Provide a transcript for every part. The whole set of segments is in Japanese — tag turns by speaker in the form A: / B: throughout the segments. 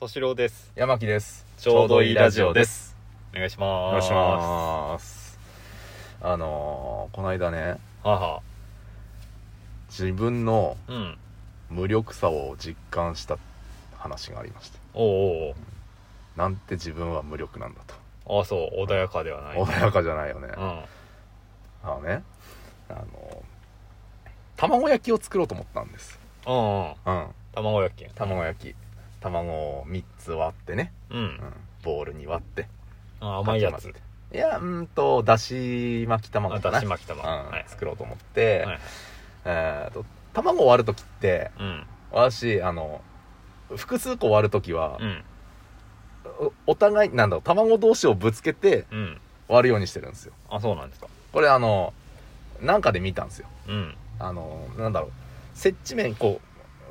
A: 敏郎です
B: 山木です
A: ちょうどいいラジオですお願いし
B: お
A: ま
B: 願い
A: す
B: しますあのー、この間ね
A: はは
B: 自分の
A: うん
B: 無力さを実感した話がありました
A: おうおう
B: なんて自分は無力なんだ
A: おうあそう穏やかでは
B: と
A: ない
B: 穏やかじゃないよね、
A: うん
B: あのねあのー卵焼きを作ろうと思ったんです
A: うんうん
B: うん
A: 卵焼き
B: 卵焼き卵を3つ割ってね、
A: う
B: うんん、ボールに割って
A: あ甘いやつ
B: かき混ぜていやうーんとだし巻き卵
A: あ
B: かな
A: だし巻き
B: うん
A: 卵はい
B: 作ろうと思って、
A: はいはい
B: えー、と卵を割る時って
A: うん
B: 私あの複数個割る時は
A: う、ん
B: おお互いなんだろう卵同士をぶつけて
A: うん
B: 割るようにしてるんですよ
A: あそうなんですか
B: これあのなんかで見たんですよ
A: うん
B: あのなんだろう接地面こ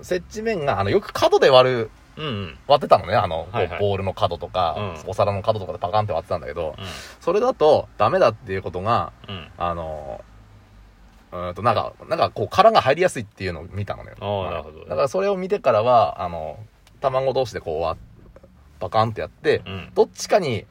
B: う接地面があのよく角で割る
A: うんうん
B: 割ってたのねあの、こう
A: はいはい
B: ボールの角とか、
A: うん
B: お皿の角とかでパカンって割ってたんだけどそれだとダメだっていうことが
A: うんうん
B: あのうーんとなんかなんかこう殻が入りやすいっていうのを見たのね
A: あーなるほど
B: だからそれを見てからはあの卵同士でこうわバカンってやって、
A: うん
B: どっちかに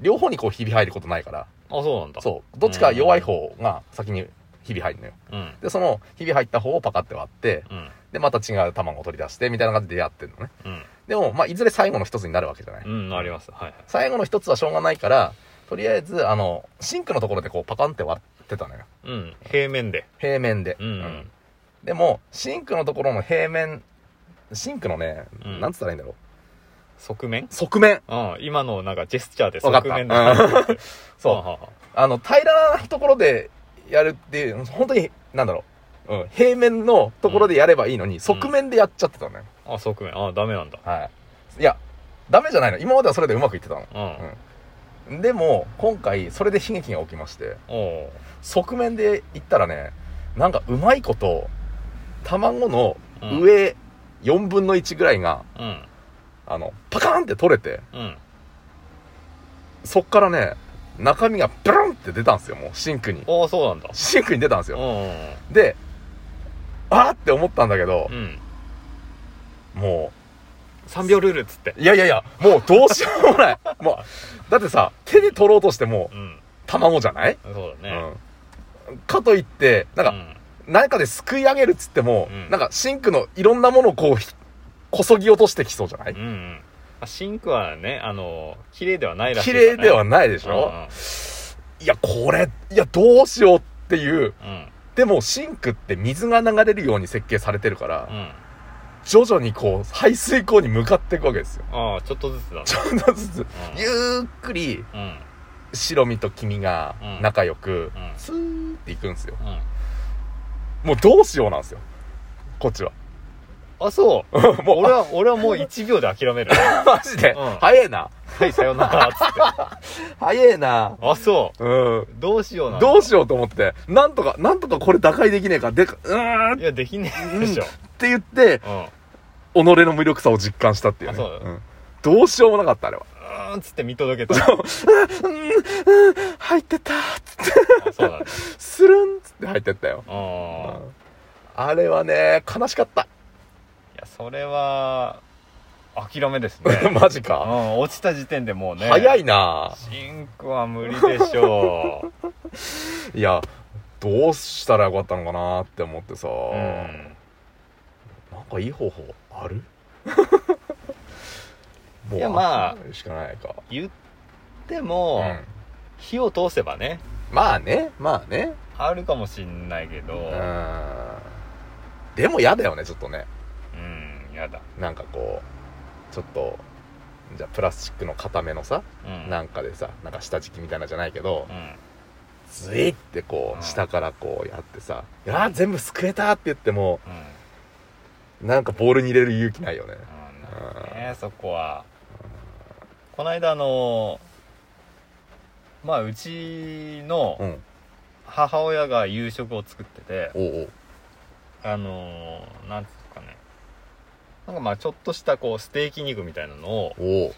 B: 両方にこうひび入ることないから
A: あそうなんだ
B: そうどっちか弱い方が先にひび入るのよ
A: うん
B: でそのひび入った方をパカって割って
A: うん
B: でまた違う卵を取り出してみたいな感じでやってるのね
A: うん
B: でも、まあ、いずれ最後の一つになるわけじゃない、
A: うんありますはいはい
B: 最後の一つはしょうがないからとりあえずあのシンクのところでこうパカンって割ってたのよ
A: うん平面で
B: 平面で、
A: うん
B: でもシンクのところの平面シンクのね、
A: うん
B: なんつったらいいんだろう
A: 側面
B: 側面
A: うん今のなんかジェスチャーで
B: わかっ
A: 側
B: た
A: 面で
B: うん
A: は
B: そう
A: はは
B: あの平らなところでやるっていう本当になんだろう、うん、平面のところでやればいいのに、側面でやっちゃってたのよ、
A: あ側面あダメなんだ
B: はいいやダメじゃないの今まではそれでうまくいってたの
A: うん、
B: でも今回それで悲劇が起きまして
A: おう
B: 側面で言ったらねなんかうまいこと卵の
A: うん
B: 上4分の1ぐらいが、
A: うん
B: あのパカーンって取れて
A: うん
B: そっからね中身がピロンって出たんですよもうシンクに
A: おうそうなんだ
B: シンクに出たんです
A: う
B: よ
A: ん
B: で、あーって思ったんだけど
A: う、ん
B: も
A: 3秒ルールっつって
B: う、いやいやいや、もうどうしようもない。 もう、だってさ、手で取ろうとしても、
A: うん
B: 卵じゃない、
A: そうだね
B: うん。かといって、なん
A: う
B: か、何かですくい上げるっつっても、
A: うん
B: なんかシンクのいろんなものをこうひ、こそぎ落としてきそうじゃない、
A: うんうんあシンクはねあの綺麗ではないらしい
B: 綺麗では
A: ない
B: ないで
A: で
B: しょ、いや、これ、いや、どうしようっていう。
A: うんうん
B: でも、シンクって水が流れるように設計されてるから、
A: うん
B: 徐々にこう、排水口に向かっていくわけですよ。
A: ああちょっとずつだね
B: ちょっとずつ、
A: うん
B: ゆっくり、
A: うん
B: 白身と黄身が仲良く、
A: うん
B: スーっていくんですよ
A: うん
B: もうどうしようなんですよこっちは
A: あそう
B: もう
A: 俺は俺はもう1秒で諦 める
B: あマジで、
A: うん
B: 早えな
A: はいさよならっつって
B: 早えな
A: あそ
B: うん
A: うどうしようなんだ
B: どうしようと思ってなんとかなんとかこれ打開できねえかでかうーんっ
A: いやできねえでしょ
B: て言って
A: うんう
B: 己の無力さを実感したっていうね
A: あそうだ
B: んどうしようもなかったあれは
A: ーんっつって見届けた
B: 入ってた
A: あそうなんだ
B: スルンっつって入ってったよ
A: ああ
B: うんあれはね悲しかった、
A: いやそれは諦めです ね
B: マジ
A: う
B: か、
A: ん落ちた時点でもうね
B: 早いな
A: シンクは無理でしょう
B: いやどうしたらよかったのかなって思ってさ、
A: うん
B: なんかいい方法ある も
A: いやまあ
B: 諦めるしかないか、
A: 言っても、
B: うん
A: 火を通せばね
B: まあねまあね
A: あるかもしんないけど
B: うんでも嫌だよねちょっとね
A: うんやだ
B: なんかこうちょっとじゃあプラスチックの固めのさ、
A: うん
B: なんかでさなんか下敷きみたいなのじゃないけど、
A: うん
B: ズイってこ
A: うん
B: う下からこうやってさ「いやー全部すくえた!」って言っても
A: うん
B: なんかボールに入れる勇気ないよ
A: う
B: ね
A: んなるほどねそこはこの間あのまあうちの
B: うん
A: 母親が夕食を作ってて、
B: おうおう
A: あのー、なんつうかね。なんかまあちょっとしたこうステーキ肉みたいなのを、
B: おお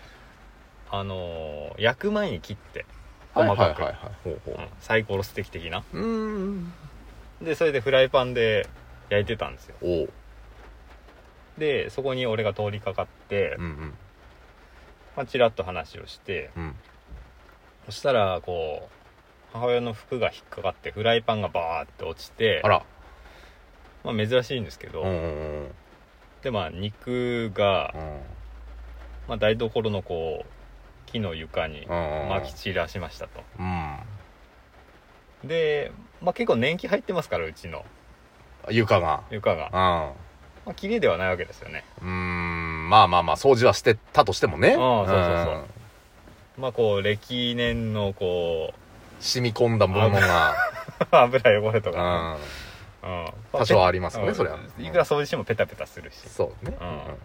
A: あのー、焼く前に切って、
B: はい
A: 細
B: は
A: か
B: い
A: く
B: はいはいほうほ
A: うんサイコロステーキ的な。
B: ううん
A: で、それでフライパンで焼いてたんですよ。
B: おう
A: で、そこに俺が通りかかって
B: う、んうん
A: まあ、ちらっと話をして
B: うん
A: そしたらこう母親の服が引っかかってフライパンがバーって落ちて
B: あら
A: まあ、珍しいんですけど、
B: うんうん
A: でまあ肉が
B: う、ん
A: まあ、台所のこう木の床に
B: うん
A: まき散らしましたと
B: うん
A: で、まあ、結構年季入ってますからうちの
B: 床が
A: 床が、
B: うん
A: まあ、綺麗ではないわけですよね
B: うーんまあまあまあ掃除はしてたとしてもね
A: んそうそうそうまあこう歴年のこ
B: 染み込んだものが
A: う 油汚れと
B: うん
A: か、うんまあ
B: 多少ありますよね
A: うん
B: それは
A: くら掃除してもペタペタするし
B: そうね
A: うん
B: うんうんうん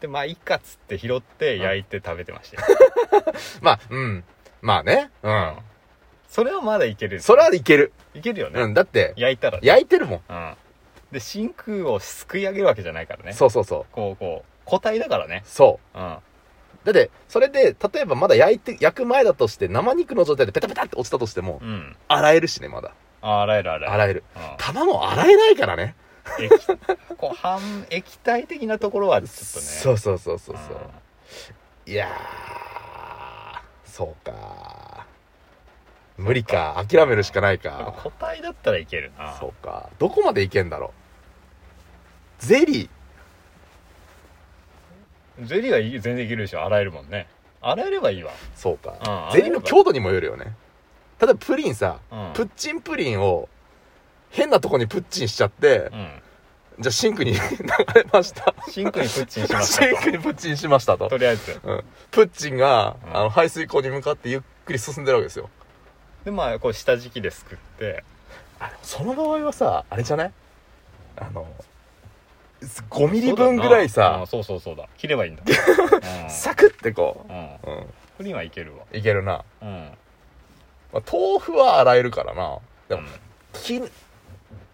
A: でまあいっかっつって拾って焼いて食べてましたよ、
B: まあうんまあねう
A: うんそれはまだいける
B: それはいける
A: いけるよね、
B: うんだって
A: 焼いたらね
B: 焼いてるも
A: うんで真空をすくい上げるわけじゃないからね
B: んそうそうそう
A: こうこう個体だからね
B: そう
A: うん
B: だってそれで例えばまだ焼いて焼く前だとして生肉の状態でペタペタって落ちたとしても
A: うん
B: 洗えるしねまだ
A: あ洗える洗える
B: 洗える卵洗えないからね
A: うん、液こう半液体的なところはちょっとね
B: そうそうそうそうそ
A: ん
B: ういやーそうか無理か諦めるしかない
A: でも
B: か
A: 個体だったらいけるな
B: そうかどこまでいけんだろうゼリー
A: ゼリーはいい全然いけるでしょ洗えるもんね洗えればいいわ
B: そう
A: うん
B: かゼリーの強度にもよるよね例えばプリンさ
A: うん
B: プッチンプリンを変なとこにプッチンしちゃって
A: うん
B: じゃあシンクに流れました
A: シンクにプッチンしまし
B: シン
A: た
B: クにプッチンしました
A: と
B: と
A: とりあえず
B: プッチンが、
A: うん
B: あの排水溝に向かってゆっくり進んでるわけですよ
A: でまあこう下敷きですくって
B: あでもその場合はさあれじゃないあの5ミリ分ぐらいさ
A: そうだなうんそうそうそうだ切ればいい んだ、うん
B: サクってこ
A: うん
B: う、うん、
A: プリンはいけるわ
B: いけるな、
A: うん
B: まあ、豆腐は洗えるからなで
A: う
B: も
A: ん
B: 絹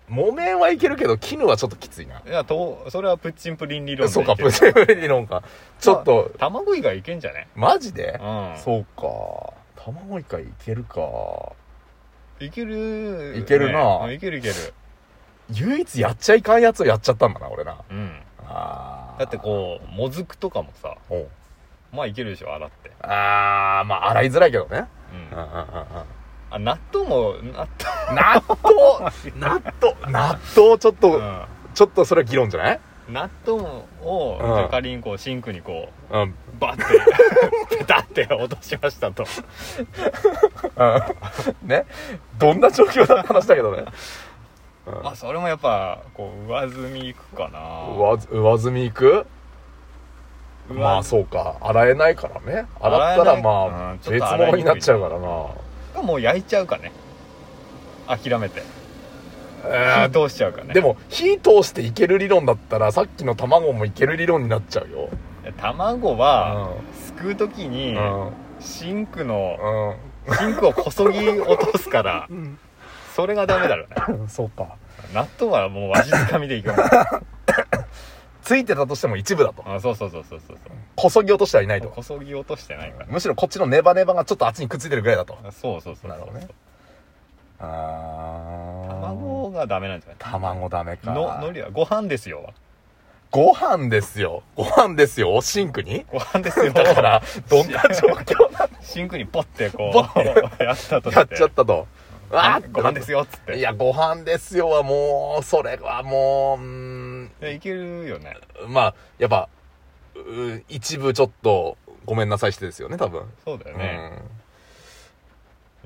B: 木綿はいけるけど絹はちょっときついない
A: やとそれはプッチンプリン理論で
B: そうか
A: いける
B: プチンプリン理論かちょっと、
A: 卵以外いけんじゃね
B: マジで、
A: う
B: そうか卵以外いけるか
A: んいける
B: いけるな
A: ねいけるいける
B: 唯一やっちゃいかんやつをやっちゃったんだな俺な
A: うん
B: あ
A: だってこうもずくとかもさ
B: う
A: まあいけるでしょ洗って
B: あーまあ洗いづらいけどね
A: うん
B: うんうんうんうん
A: あ納豆も納
B: 納豆納豆納豆ちょっと、
A: 豆、うん
B: ちょっとそれは議論じゃない
A: 納豆を
B: うん
A: じゃあ仮にこうシンクにこ
B: うんうん
A: う バッてペタって落としましたと
B: ねどんな状況だって話だけどね、う、
A: まあそれもやっぱこう上積みいくかなん
B: 上ず上積みいく
A: 上
B: まあそうか洗えないからね
A: 洗
B: 洗った
A: えな
B: ら
A: い
B: まあ
A: うんちょっ
B: 別
A: と洗いにくい
B: 物になっちゃうからな
A: かもう焼いちゃうかね諦めて
B: えー
A: どうしちゃうかね
B: でも火通していける理論だったらさっきの卵もいける理論になっちゃうよ
A: 卵はすくう時にシンクの
B: うん
A: シンクをこそぎ落とすから
B: うん、
A: それがダメだろうね
B: うん、そうか
A: 納豆はもうわしづかみでいくもん
B: ついてたとしても一部だと
A: あそうそうそうそうそうそ
B: こそぎ落としてはいないうと
A: こそぎ落としてないから
B: むしろこっちのネバネバがちょっとあっちにくっついてるぐらいだと
A: あそうそうそうそう
B: なるほどねあ
A: 卵がダメなんじゃない
B: 卵ダメか
A: ののりはご飯ですよ
B: ご飯ですよご飯ですよシンクに
A: ご飯ですよ
B: だ からどんな状況な
A: シンクにポッてこ
B: ポッ
A: うやったと
B: のやっちゃったたとわーって
A: ご飯ですよっつって
B: いやご飯ですよはもうそれはもううーん
A: いやいけるよね
B: まあやっぱうー一部ちょっとごめんなさいしてですよね多分、
A: そうだよね、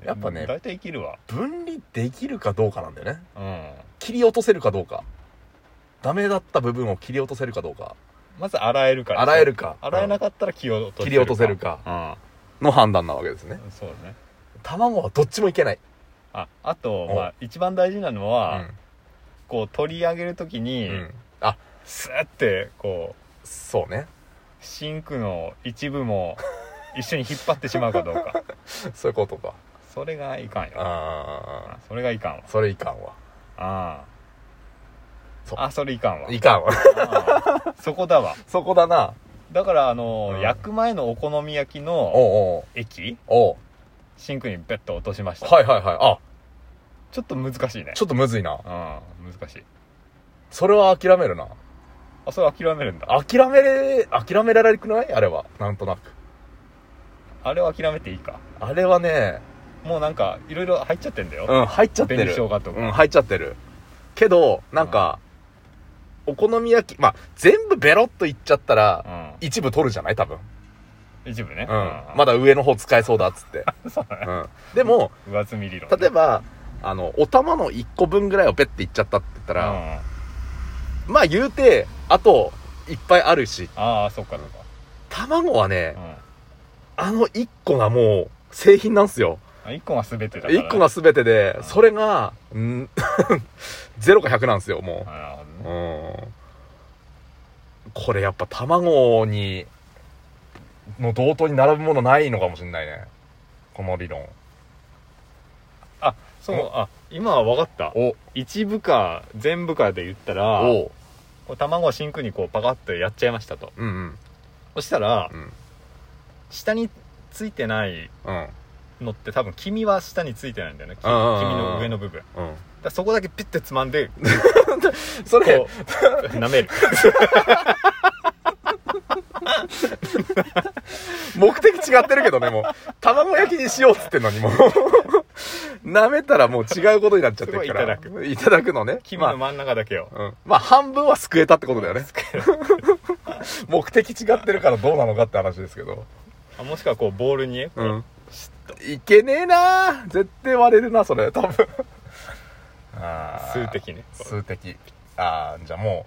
B: うんやっぱね
A: 大体いけるわ
B: 分離できるかどうかなんだよね
A: うん
B: 切り落とせるかどうかダメだった部分を切り落とせるかどうか
A: まず洗えるから
B: 洗えるか
A: 洗えなかったら切り落とせるか
B: 切り落とせるかの判断なわけですね
A: うんそうだね
B: 卵はどっちもいけない、
A: ああと
B: お
A: まあ一番大事なの
B: う
A: は、
B: ん
A: こう取り上げるときに、
B: うんあ
A: スーってこう
B: そうね
A: シンクの一部も一緒に引っ張ってしまうかどうか
B: そういうことか
A: それがいかんよ
B: あ
A: それがいかんわ
B: あそれいかんわ
A: あ
B: そう
A: ああそれいかんわ
B: いかんわ
A: あーそこだわ
B: そこだな
A: だからあの、
B: うん
A: 焼く前のお好み焼きの
B: おう
A: 液
B: おうおう
A: シンクにベッと落としました、
B: はいはいはいあ
A: ちょっと難しいね
B: ちょっとむずいな
A: うん難しい
B: それは諦めるな
A: あそれ諦めるんだ
B: 諦めれ諦められなくないあれはなんとなく
A: あれを諦めていいか
B: あれはね
A: もうなんかいろいろ入っちゃってんだよ、
B: うん入っちゃって
A: 紅
B: る
A: 生姜とか、
B: うん入っちゃってるけどなんか、お好み焼きまあ全部ベロッといっちゃったら、
A: う
B: 一部取るじゃない多分、
A: ん、一部ね、
B: うん、まだ上の方使えそうだっつ って、
A: そうだね
B: うん、でも
A: 上積み理論ね、
B: 例えばあのお玉の1個分ぐらいをペッていっちゃったって言ったら、
A: うん、あ
B: まあ言うてあといっぱいあるし
A: あそっかそっか、
B: 卵はね、
A: うんあ
B: あの1個がもう製品なんすよ。
A: 一個が全てだ から
B: 1個が全てで
A: う、ん
B: それが、うん 0か100なんですよ、も
A: なるほど
B: う。う
A: ね
B: ん。これやっぱ卵に、の同等に並ぶものないのかもしれないね。この理論。
A: あそう、あ今は分かった
B: お、
A: 一部か全部かで言ったら
B: おう。
A: こう卵をシンクにこうパカッとやっちゃいましたと
B: うんうん。
A: そしたら
B: うん。
A: 下についてない
B: うん。
A: のって多分黄身は下についてないんだよねき黄
B: うんうんうんうん
A: 身の上の部分だか
B: うん。
A: らそこだけピッてつまんで
B: それ
A: こ、 う舐める
B: 目的違ってるけどね、もう。 卵焼きにしようっつってんのに、もう。 舐めたらもう違うことになっちゃってるから。
A: す
B: く。いただくのね。
A: 黄身の真ん中だけを、
B: うんまあ半分は救えたってことだよね目的違ってるからどうなのかって話ですけど
A: あもしくはこうボールにね
B: うんいけねえなー絶対割れるなそれ多分あー
A: 数的ね
B: 数的ああじゃあも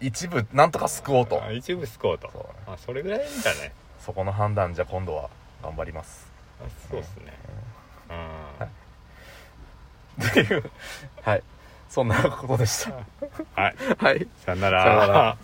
B: う一部なんとか救おうと
A: あ一部スコート
B: そうだね
A: あそれぐらいじゃない
B: そこの判断じゃあ今度は頑張ります
A: あそうっすねうん
B: っていうはいそんなことでした
A: はい
B: はい
A: さよなら
B: さよなら